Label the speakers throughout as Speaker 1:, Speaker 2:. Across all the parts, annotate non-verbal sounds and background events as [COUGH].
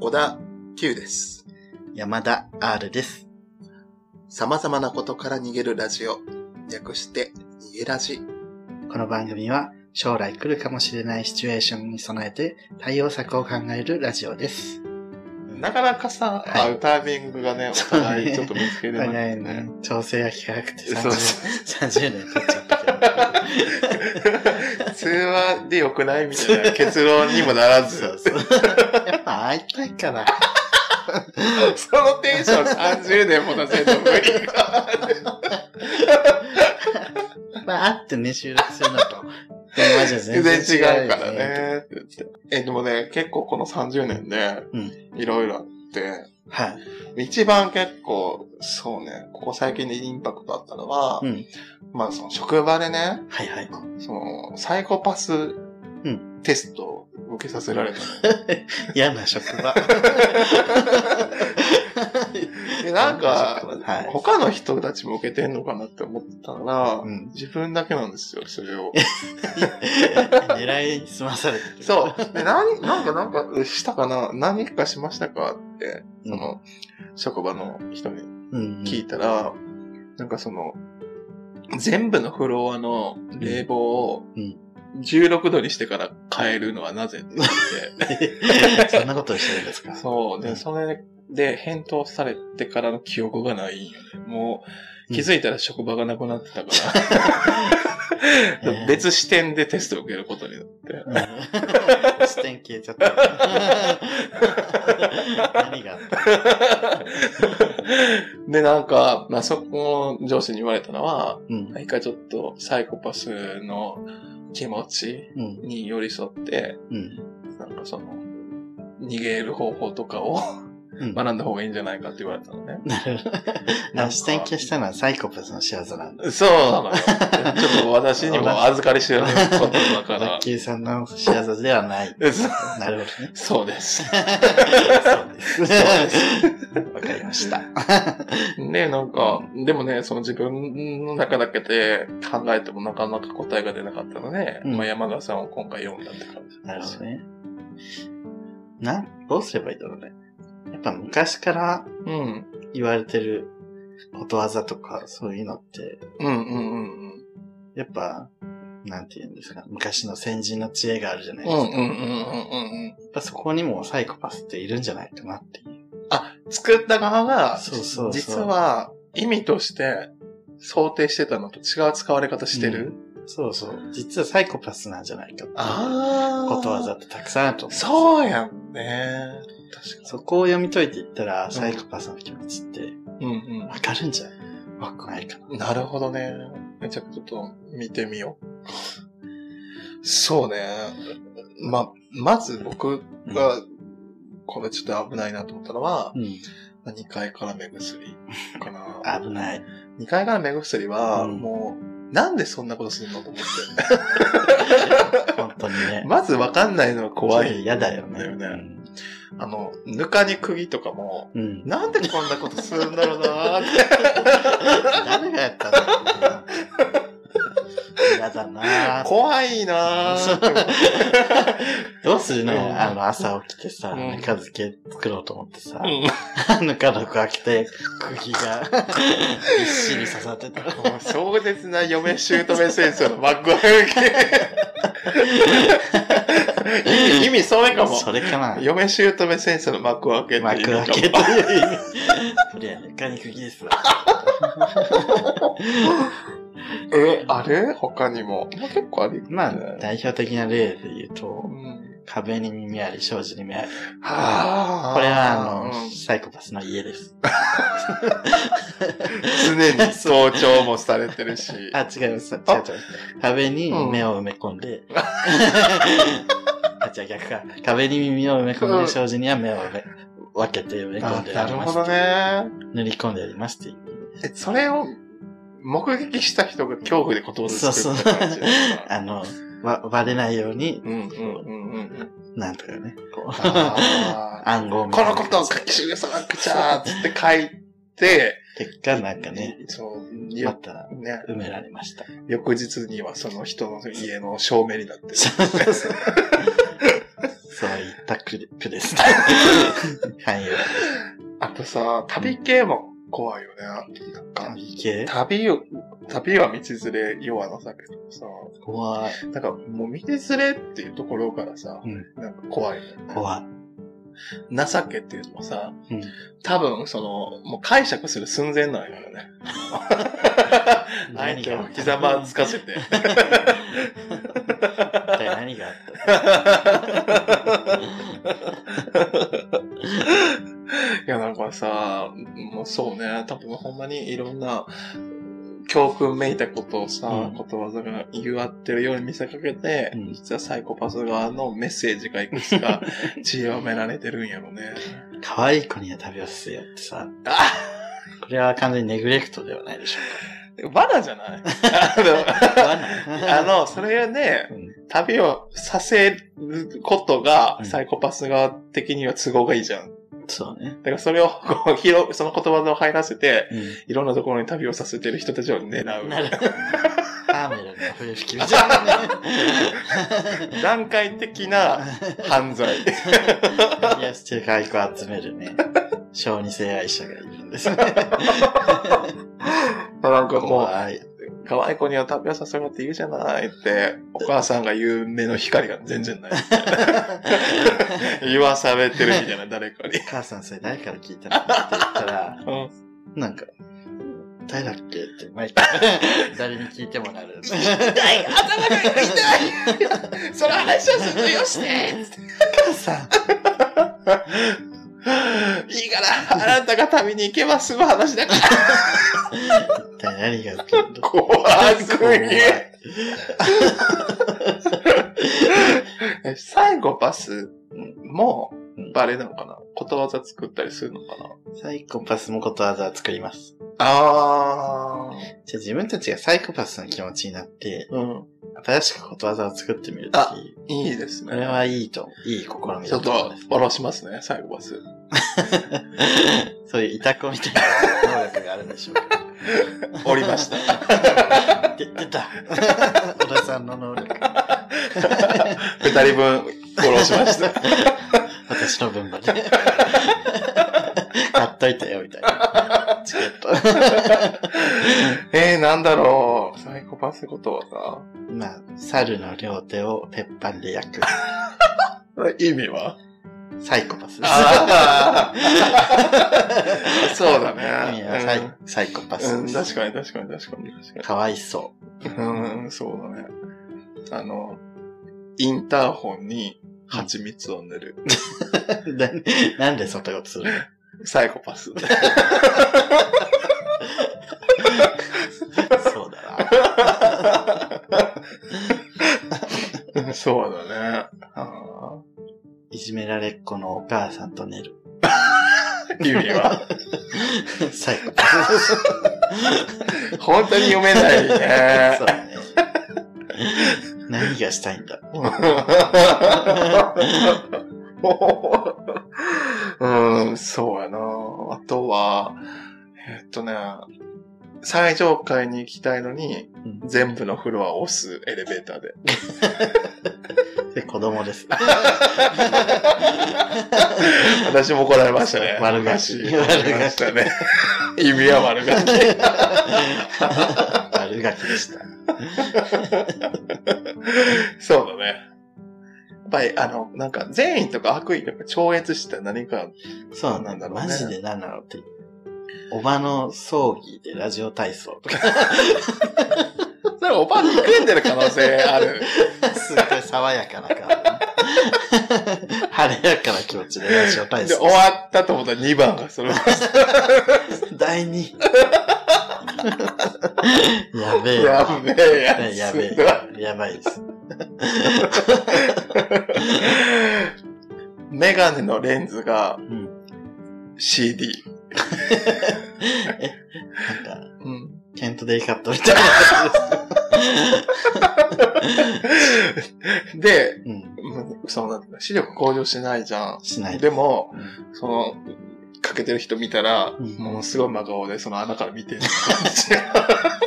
Speaker 1: 小田 Q です。
Speaker 2: 山田 R です。
Speaker 1: 様々なことから逃げるラジオ。略して、逃げラジ。
Speaker 2: この番組は将来来るかもしれないシチュエーションに備えて対応策を考えるラジオです。
Speaker 1: なかなかさ、
Speaker 2: はい
Speaker 1: 会うタイミングがね、お互いちょっと見つけれない、
Speaker 2: 早いね。調整が効かなくて
Speaker 1: そうそ
Speaker 2: 30 30年経っちゃったけど。
Speaker 1: 通話で良くないみたいな結論にもなら
Speaker 2: [LAUGHS]
Speaker 1: ず。
Speaker 2: そ
Speaker 1: [LAUGHS]
Speaker 2: うそう。やっぱ会いたいから。
Speaker 1: そのテンション30年も出せると無理か。
Speaker 2: まあ、会ってね、収録するのと。電話じゃ
Speaker 1: 全
Speaker 2: 全
Speaker 1: 然
Speaker 2: 然
Speaker 1: 違
Speaker 2: 違
Speaker 1: う
Speaker 2: うよ
Speaker 1: から。ね。え、でもね、結構この30年ね、いろいろあって、
Speaker 2: はい。
Speaker 1: 一番結構、そうね、ここ最近でインパクトあったのは、
Speaker 2: うん。
Speaker 1: まあその職場でね、
Speaker 2: はいはい。
Speaker 1: その、サイコパス
Speaker 2: ん
Speaker 1: テストを受けさせら
Speaker 2: [LAUGHS]
Speaker 1: れたの。
Speaker 2: 嫌な職場。
Speaker 1: でなんか
Speaker 2: 職場はい。
Speaker 1: 他の人たちも受けてんのかなって思ってたら、
Speaker 2: うん [LAUGHS]
Speaker 1: 自分だけなんですよ、それを。
Speaker 2: 狙いに済まされてる。
Speaker 1: そう。で、何、なんか、なんか、したかな何かしましたかって、
Speaker 2: うん。
Speaker 1: その、職場の人に
Speaker 2: うん、
Speaker 1: 聞いたら、なんかその、全部のフロアの冷房を
Speaker 2: うん
Speaker 1: 16度にしてから変えるのはなぜって言って、
Speaker 2: [LAUGHS] そんなことをしてるんですか
Speaker 1: そう。
Speaker 2: う
Speaker 1: で、
Speaker 2: ん
Speaker 1: それで返答されてからの記憶がないんよね。もう、気づいたら職場がなくなってたから、
Speaker 2: [LAUGHS] うん
Speaker 1: 別視点でテストを受けることになって。
Speaker 2: うん視点消えちゃ
Speaker 1: [LAUGHS]
Speaker 2: った。何があった [LAUGHS]
Speaker 1: で、なんか、まあ、そこの上司に言われたのは、
Speaker 2: うん。
Speaker 1: 一回ちょっとサイコパスの気持ち
Speaker 2: うん。
Speaker 1: に寄り添って、
Speaker 2: うん。
Speaker 1: なんかその、逃げる方法とかを
Speaker 2: うん。
Speaker 1: 学んだ方がいいんじゃないかって言われたのね。
Speaker 2: なるほど
Speaker 1: なんか
Speaker 2: あ視点消したのはサイコパスの仕業なんだ。
Speaker 1: そうなのよ。ちょっと私にも預かり知らないことだか
Speaker 2: ラ
Speaker 1: ら [LAUGHS]
Speaker 2: ッ。キーさんの仕業ではない。なるほどね。
Speaker 1: そうです。
Speaker 2: そうです。わかりました。
Speaker 1: ねなんか、でもね、その自分の中だけで考えてもなかなか答えが出なかったので、
Speaker 2: うん
Speaker 1: まあ、山川さんを今回読んだって感じ
Speaker 2: な
Speaker 1: で
Speaker 2: るほ
Speaker 1: す
Speaker 2: ど。ね。な、どうすればいいだろうね。やっぱ昔から
Speaker 1: うん。
Speaker 2: 言われてることわざとかそういうのって、
Speaker 1: うんうんうんうん。
Speaker 2: やっぱ、なんて言うんですか、昔の先人の知恵があるじゃないうですか。
Speaker 1: んうんうんうんうんうん。
Speaker 2: やっぱそこにもサイコパスっているんじゃないかなっていう。
Speaker 1: 作った側が、
Speaker 2: そうそうそう
Speaker 1: 実は意味として想定してたのと違う使われ方してる。
Speaker 2: そうそう。実はサイコパスなんじゃないかっていう
Speaker 1: あ
Speaker 2: ことわざってたくさんあると思う。
Speaker 1: そうやんね。確か
Speaker 2: そこを読み解いていったら、サイコパスの気持ちって
Speaker 1: に。うんうん
Speaker 2: わかるんじゃわかんないかな。
Speaker 1: なるほどね。じゃあちょっと見てみよう。そうね。ま、まず僕が、これちょっと危ないなと思ったのは、
Speaker 2: うん。
Speaker 1: 2階から目薬かな。
Speaker 2: 危ない。
Speaker 1: 2階から目薬は、
Speaker 2: うん
Speaker 1: もう、なんでそんなことするのと思って。
Speaker 2: 本当に [LAUGHS] ね。
Speaker 1: まずわかんないのが怖
Speaker 2: ちょっと
Speaker 1: い。
Speaker 2: 嫌だよね。
Speaker 1: だよね。あの、ぬかに釘とかも、
Speaker 2: うん。うん。
Speaker 1: なんでこんなことするんだろうなーって。
Speaker 2: 誰がやったんだ [LAUGHS] ろうね嫌だなぁ
Speaker 1: 怖いなーって思って。
Speaker 2: どうするの
Speaker 1: うん
Speaker 2: よあの、朝起きてさ、
Speaker 1: うん
Speaker 2: ぬか漬け作ろうと思ってさ、
Speaker 1: うん
Speaker 2: ぬか床開けて、釘 [LAUGHS] がびっしり刺さってたら、
Speaker 1: [LAUGHS] もう壮絶な嫁姑戦争の幕開け。意味、意味それかも。
Speaker 2: それかな
Speaker 1: 嫁姑戦争の幕開けって
Speaker 2: 幕
Speaker 1: いう意
Speaker 2: 開
Speaker 1: 味
Speaker 2: けという
Speaker 1: かも。
Speaker 2: 意味。そりゃ、ぬかに釘ですわ。
Speaker 1: え、あれ他にも。まあ、結構あり。
Speaker 2: まあ
Speaker 1: う、ん
Speaker 2: 代表的な例で言う
Speaker 1: う
Speaker 2: と、
Speaker 1: ん
Speaker 2: 壁に耳あり、障子に目あり。
Speaker 1: はあ。
Speaker 2: これは、あ
Speaker 1: う
Speaker 2: の、
Speaker 1: ん
Speaker 2: サイコパスの家です。
Speaker 1: 常に盗聴もされてるし。
Speaker 2: あ、違います。違う違う。壁に目を埋め込んで、 [LAUGHS] あ、違う、逆か。壁に耳を埋め込
Speaker 1: うんん
Speaker 2: で、障子には目を埋め分けて埋め込
Speaker 1: あ
Speaker 2: んで
Speaker 1: な
Speaker 2: あ
Speaker 1: る
Speaker 2: りま
Speaker 1: ほ
Speaker 2: す
Speaker 1: ど。ね。
Speaker 2: 塗り込んでありますっていう。
Speaker 1: え、それを、目撃した人が恐怖で言葉を
Speaker 2: そう
Speaker 1: 作っ
Speaker 2: そう
Speaker 1: た感じ。
Speaker 2: あの、ば、ばれないように、
Speaker 1: うんうんうん [LAUGHS] うんうん。
Speaker 2: なんとかね、こう、
Speaker 1: あー
Speaker 2: 暗号みた
Speaker 1: こ
Speaker 2: いな
Speaker 1: のことを書き記さなくちゃーっつって書いて、
Speaker 2: 結果、なんかね、
Speaker 1: そう、
Speaker 2: ま
Speaker 1: よ
Speaker 2: た
Speaker 1: ね、
Speaker 2: 埋められ
Speaker 1: [LAUGHS]
Speaker 2: ました。
Speaker 1: 翌日にはその人の家の照明になってる。
Speaker 2: そうそうそうそういった苦苦で
Speaker 1: [LAUGHS]
Speaker 2: すね。はい。
Speaker 1: [LAUGHS] あとさ、旅系も怖いよね。なんか、
Speaker 2: 旅系
Speaker 1: 旅を、旅は道連れ、世は情けとかさ、
Speaker 2: 怖い。
Speaker 1: なんかもう道連れっていうところからさ、
Speaker 2: うん
Speaker 1: なんか怖いよね、
Speaker 2: 怖い。
Speaker 1: 情けっていうのもさ、
Speaker 2: うん
Speaker 1: 多分その、もう解釈する寸前なんよ
Speaker 2: [LAUGHS]
Speaker 1: ね。 [LAUGHS] 相
Speaker 2: 何
Speaker 1: 手
Speaker 2: が
Speaker 1: をひざまつか
Speaker 2: [LAUGHS]
Speaker 1: せて。
Speaker 2: 一体何があった
Speaker 1: [LAUGHS] いや、なんかさ、もうそうね、多分ほんまにいろんな教訓めいたことをさ、
Speaker 2: うん
Speaker 1: ことわざが言わってるように見せかけて、
Speaker 2: うん
Speaker 1: 実はサイコパス側のメッセージがいくつか散りばめられてるんやろね。
Speaker 2: 可愛い子には旅をさせようってさ、
Speaker 1: あ
Speaker 2: これは完全にネグレクトではないでしょ
Speaker 1: 罠じゃない
Speaker 2: [LAUGHS] うか。
Speaker 1: あの、
Speaker 2: 罠
Speaker 1: あのそれね、
Speaker 2: うん
Speaker 1: 旅をさせることが
Speaker 2: う、ん
Speaker 1: サイコパス側的には都合がいいじゃん。
Speaker 2: そうね。
Speaker 1: だからそれをこう広、その言葉を入らせて、
Speaker 2: うん
Speaker 1: いろんなところに旅をさせてる人たちを狙う。
Speaker 2: なるほど。カーメルの笛吹 [LAUGHS] きみたいなね。
Speaker 1: 段階的な犯罪。
Speaker 2: いや、ステルカイを集めるね。小児性愛者がいるんですね。
Speaker 1: [LAUGHS] なんかも
Speaker 2: 怖い。
Speaker 1: う、可愛い子には旅をさせろって言うじゃないって、お母さんが言う目の光が全 [LAUGHS] 然ない。言わされてるみたいな、誰かに。
Speaker 2: [LAUGHS] 母さんそれ誰から聞いたのって言ったら、
Speaker 1: [LAUGHS] うん
Speaker 2: なんか、誰だっけって毎回、 [LAUGHS] 誰に聞いてもな [LAUGHS] る。
Speaker 1: 痛い頭が痛いその話はするよ [LAUGHS] して
Speaker 2: 母さん、
Speaker 1: いいから、あなたが旅に行けば済む話 [LAUGHS] だか
Speaker 2: 一体何が起きる
Speaker 1: ら。
Speaker 2: の
Speaker 1: 怖すぎる。えサイコパスも
Speaker 2: うん、
Speaker 1: あれなのかなことわざ作ったりするのかな
Speaker 2: サイコパスもことわざを作ります。
Speaker 1: あ
Speaker 2: じゃあ自分たちがサイコパスの気持ちになって、
Speaker 1: ー。うん。
Speaker 2: 新しくことわざを作ってみると
Speaker 1: あ
Speaker 2: き、
Speaker 1: いいです
Speaker 2: こ
Speaker 1: ね。
Speaker 2: れはいいと、いい試み
Speaker 1: ちょ
Speaker 2: だ
Speaker 1: っ
Speaker 2: と思い
Speaker 1: と
Speaker 2: ます、
Speaker 1: おろしますね、サイコパス。
Speaker 2: [LAUGHS] そういうイタコみたいな能力があるんでしょうか。
Speaker 1: おりました。
Speaker 2: で出た小田さんの能力。
Speaker 1: [LAUGHS] 二人分、おろしました。
Speaker 2: [LAUGHS] 私の分まで。買っといたよ、みたいな。チケット。
Speaker 1: えー、なんだろう。サイコパスことは
Speaker 2: まあ、猿の両手を鉄板で焼
Speaker 1: [LAUGHS]
Speaker 2: く。
Speaker 1: さ、意味は
Speaker 2: サイコパスです。
Speaker 1: あー
Speaker 2: [LAUGHS]
Speaker 1: そうだ
Speaker 2: いやサイ
Speaker 1: ね。
Speaker 2: サイコパ
Speaker 1: う
Speaker 2: ス
Speaker 1: ん、
Speaker 2: で
Speaker 1: 確
Speaker 2: す。
Speaker 1: かに確かに確かに確かに。
Speaker 2: かわいそう
Speaker 1: ーん、そうだね。あの、インターホンに蜂蜜を塗る。
Speaker 2: う。 [LAUGHS] ななんでそんなことするの
Speaker 1: [LAUGHS] サイコパス。
Speaker 2: そうだ
Speaker 1: [LAUGHS]
Speaker 2: な。
Speaker 1: そうだね。あ
Speaker 2: いじめられっ子のお母さんと寝る。 [LAUGHS]
Speaker 1: ー意味は
Speaker 2: サイコパスです。
Speaker 1: 本当に読めないね
Speaker 2: そ。うね。何がしたいんだ
Speaker 1: うん、そうやな。あとは、えっとね、最上階に行きたいのに、全部のフロアを押すエレベーター
Speaker 2: [LAUGHS]
Speaker 1: で。
Speaker 2: で子供
Speaker 1: [LAUGHS]
Speaker 2: です。 [LAUGHS]
Speaker 1: 私も怒られましたね。
Speaker 2: 悪ガキ
Speaker 1: 昔怒られましたね。意味は悪ガキ。
Speaker 2: 悪ガキでした。
Speaker 1: [LAUGHS] そうだね。やっぱり、あの、なんか、善意とか悪意とか超越した何か、
Speaker 2: そうなんだ、マジで何なのって。おばの葬儀でラジオ体操
Speaker 1: [LAUGHS]
Speaker 2: とか、
Speaker 1: それおばに組んでる可能性ある。
Speaker 2: すごい爽やかな感
Speaker 1: [LAUGHS]
Speaker 2: じ。晴れやかな気持ちでラジオ体
Speaker 1: で、
Speaker 2: 操
Speaker 1: 終。わったと思ったら2番がそれ。
Speaker 2: 第二
Speaker 1: [LAUGHS]
Speaker 2: やべえな。
Speaker 1: やべえやつ。
Speaker 2: やべえ。やばいです。
Speaker 1: メガネのレンズが
Speaker 2: ん
Speaker 1: CD。
Speaker 2: なんか、
Speaker 1: うん。
Speaker 2: ケントデイカットみたいな
Speaker 1: [LAUGHS]
Speaker 2: や
Speaker 1: で
Speaker 2: つ、です。うん。
Speaker 1: うんそのなんていうの視力向上しないじゃ
Speaker 2: しない
Speaker 1: ん。で
Speaker 2: と。
Speaker 1: も、
Speaker 2: うん
Speaker 1: その、かけてる人見たら、
Speaker 2: うん
Speaker 1: もうすごい真顔でその穴から見てる。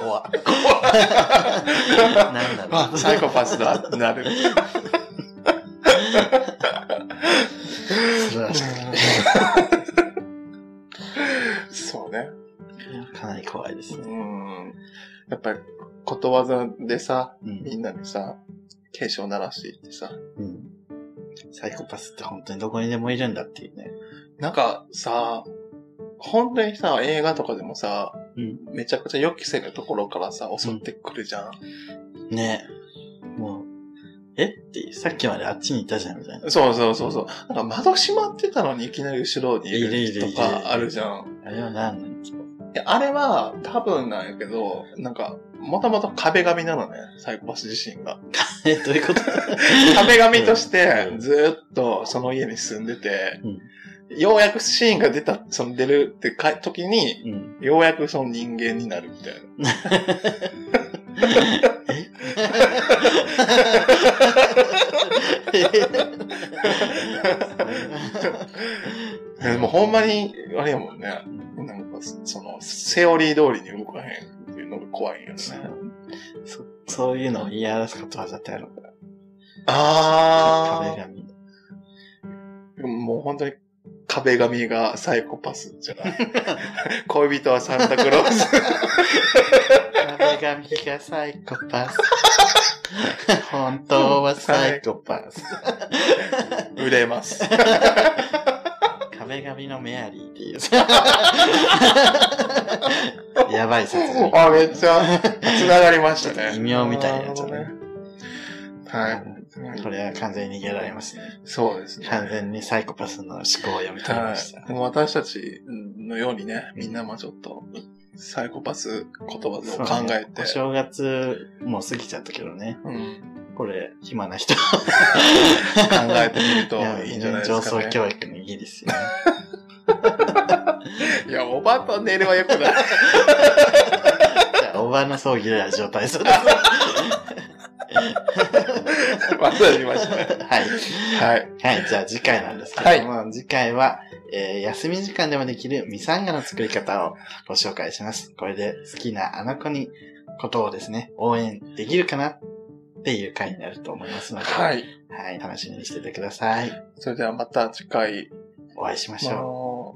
Speaker 2: 怖っ。 [LAUGHS] なんだろ
Speaker 1: あ、
Speaker 2: [LAUGHS] う。
Speaker 1: サイコパスだってなる。
Speaker 2: らしく
Speaker 1: そうね。
Speaker 2: かなり怖いです
Speaker 1: う
Speaker 2: ね。
Speaker 1: ん。やっぱり、ことわざでさ、
Speaker 2: うん
Speaker 1: みんなにさ、警鐘鳴らしていってさ、
Speaker 2: うん。サイコパスって本当にどこにでもいるんだっていうね。
Speaker 1: なんかさ、本当にさ、映画とかでもさ、
Speaker 2: うん。
Speaker 1: めちゃくちゃ予期せぬところからさ、襲ってくるじゃん。
Speaker 2: ねもう、えって、さっきまであっちにいたじゃんみたいな。
Speaker 1: そうそうそうそう。なんか窓閉まってたのにいきなり後ろにい
Speaker 2: いるいるい
Speaker 1: る
Speaker 2: る
Speaker 1: とかあるじゃん。
Speaker 2: あれは何なんですか [LAUGHS]
Speaker 1: いやあれは多分なんやけど、なんか、もともと壁紙なのね、サイコパス自身が。
Speaker 2: え、どういうこと
Speaker 1: [LAUGHS] 壁紙として
Speaker 2: うん
Speaker 1: ずーっとその家に住んでて、
Speaker 2: うん
Speaker 1: ようやくシーンが出た、その出るってか時に、
Speaker 2: [LAUGHS] うん。
Speaker 1: ようやくその人間になるみたいな。
Speaker 2: え
Speaker 1: えでもほんまに、あれやもんね。なんか、その、セオリー通りに動かへんっていうのが怖いんやね。
Speaker 2: そそういうのを言い表すことは絶対あるのか
Speaker 1: あ
Speaker 2: 壁紙。
Speaker 1: あ。もう本当に壁紙がサイコパスじゃない。恋人はサンタクロー
Speaker 2: [LAUGHS]
Speaker 1: ス。
Speaker 2: 壁紙がサイコ
Speaker 1: [LAUGHS]
Speaker 2: パス。本当はサイコパス。
Speaker 1: 売れます。
Speaker 2: 壁紙のメアリーっていう。 [LAUGHS] やばい説明。
Speaker 1: あ、めっちゃ、繋がりましたね。
Speaker 2: 異名みたいなやつね
Speaker 1: なるほどねはい。
Speaker 2: これは完全に逃げられますね。
Speaker 1: そうですね。
Speaker 2: 完全にサイコパスの思考を読み取りました。
Speaker 1: はい。でも私たちのようにね、みんなもちょっと、サイコパス言葉を考
Speaker 2: そうね
Speaker 1: えて
Speaker 2: お、正月もう過ぎちゃったけどね。
Speaker 1: うん、
Speaker 2: これ、暇な人。考
Speaker 1: えてみるといいんじゃないですかね
Speaker 2: 上層教育のいいですよね。
Speaker 1: いや、おばと寝ればよくない。
Speaker 2: じゃあ、おばの葬儀ラジオ体操です。
Speaker 1: またやりましたね。
Speaker 2: はい。
Speaker 1: はい。
Speaker 2: はい、じゃあ次回なんですけども、次回は、えー休み時間でもできるミサンガの作り方をご紹介します。これで好きなあの子にことをですね、応援できるかなっていう回になると思いますので、はい、
Speaker 1: はい。
Speaker 2: 楽しみにしててください。
Speaker 1: それではまた次回。
Speaker 2: お会いしましょ
Speaker 1: も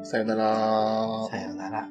Speaker 1: うさよなら
Speaker 2: う。さようなら。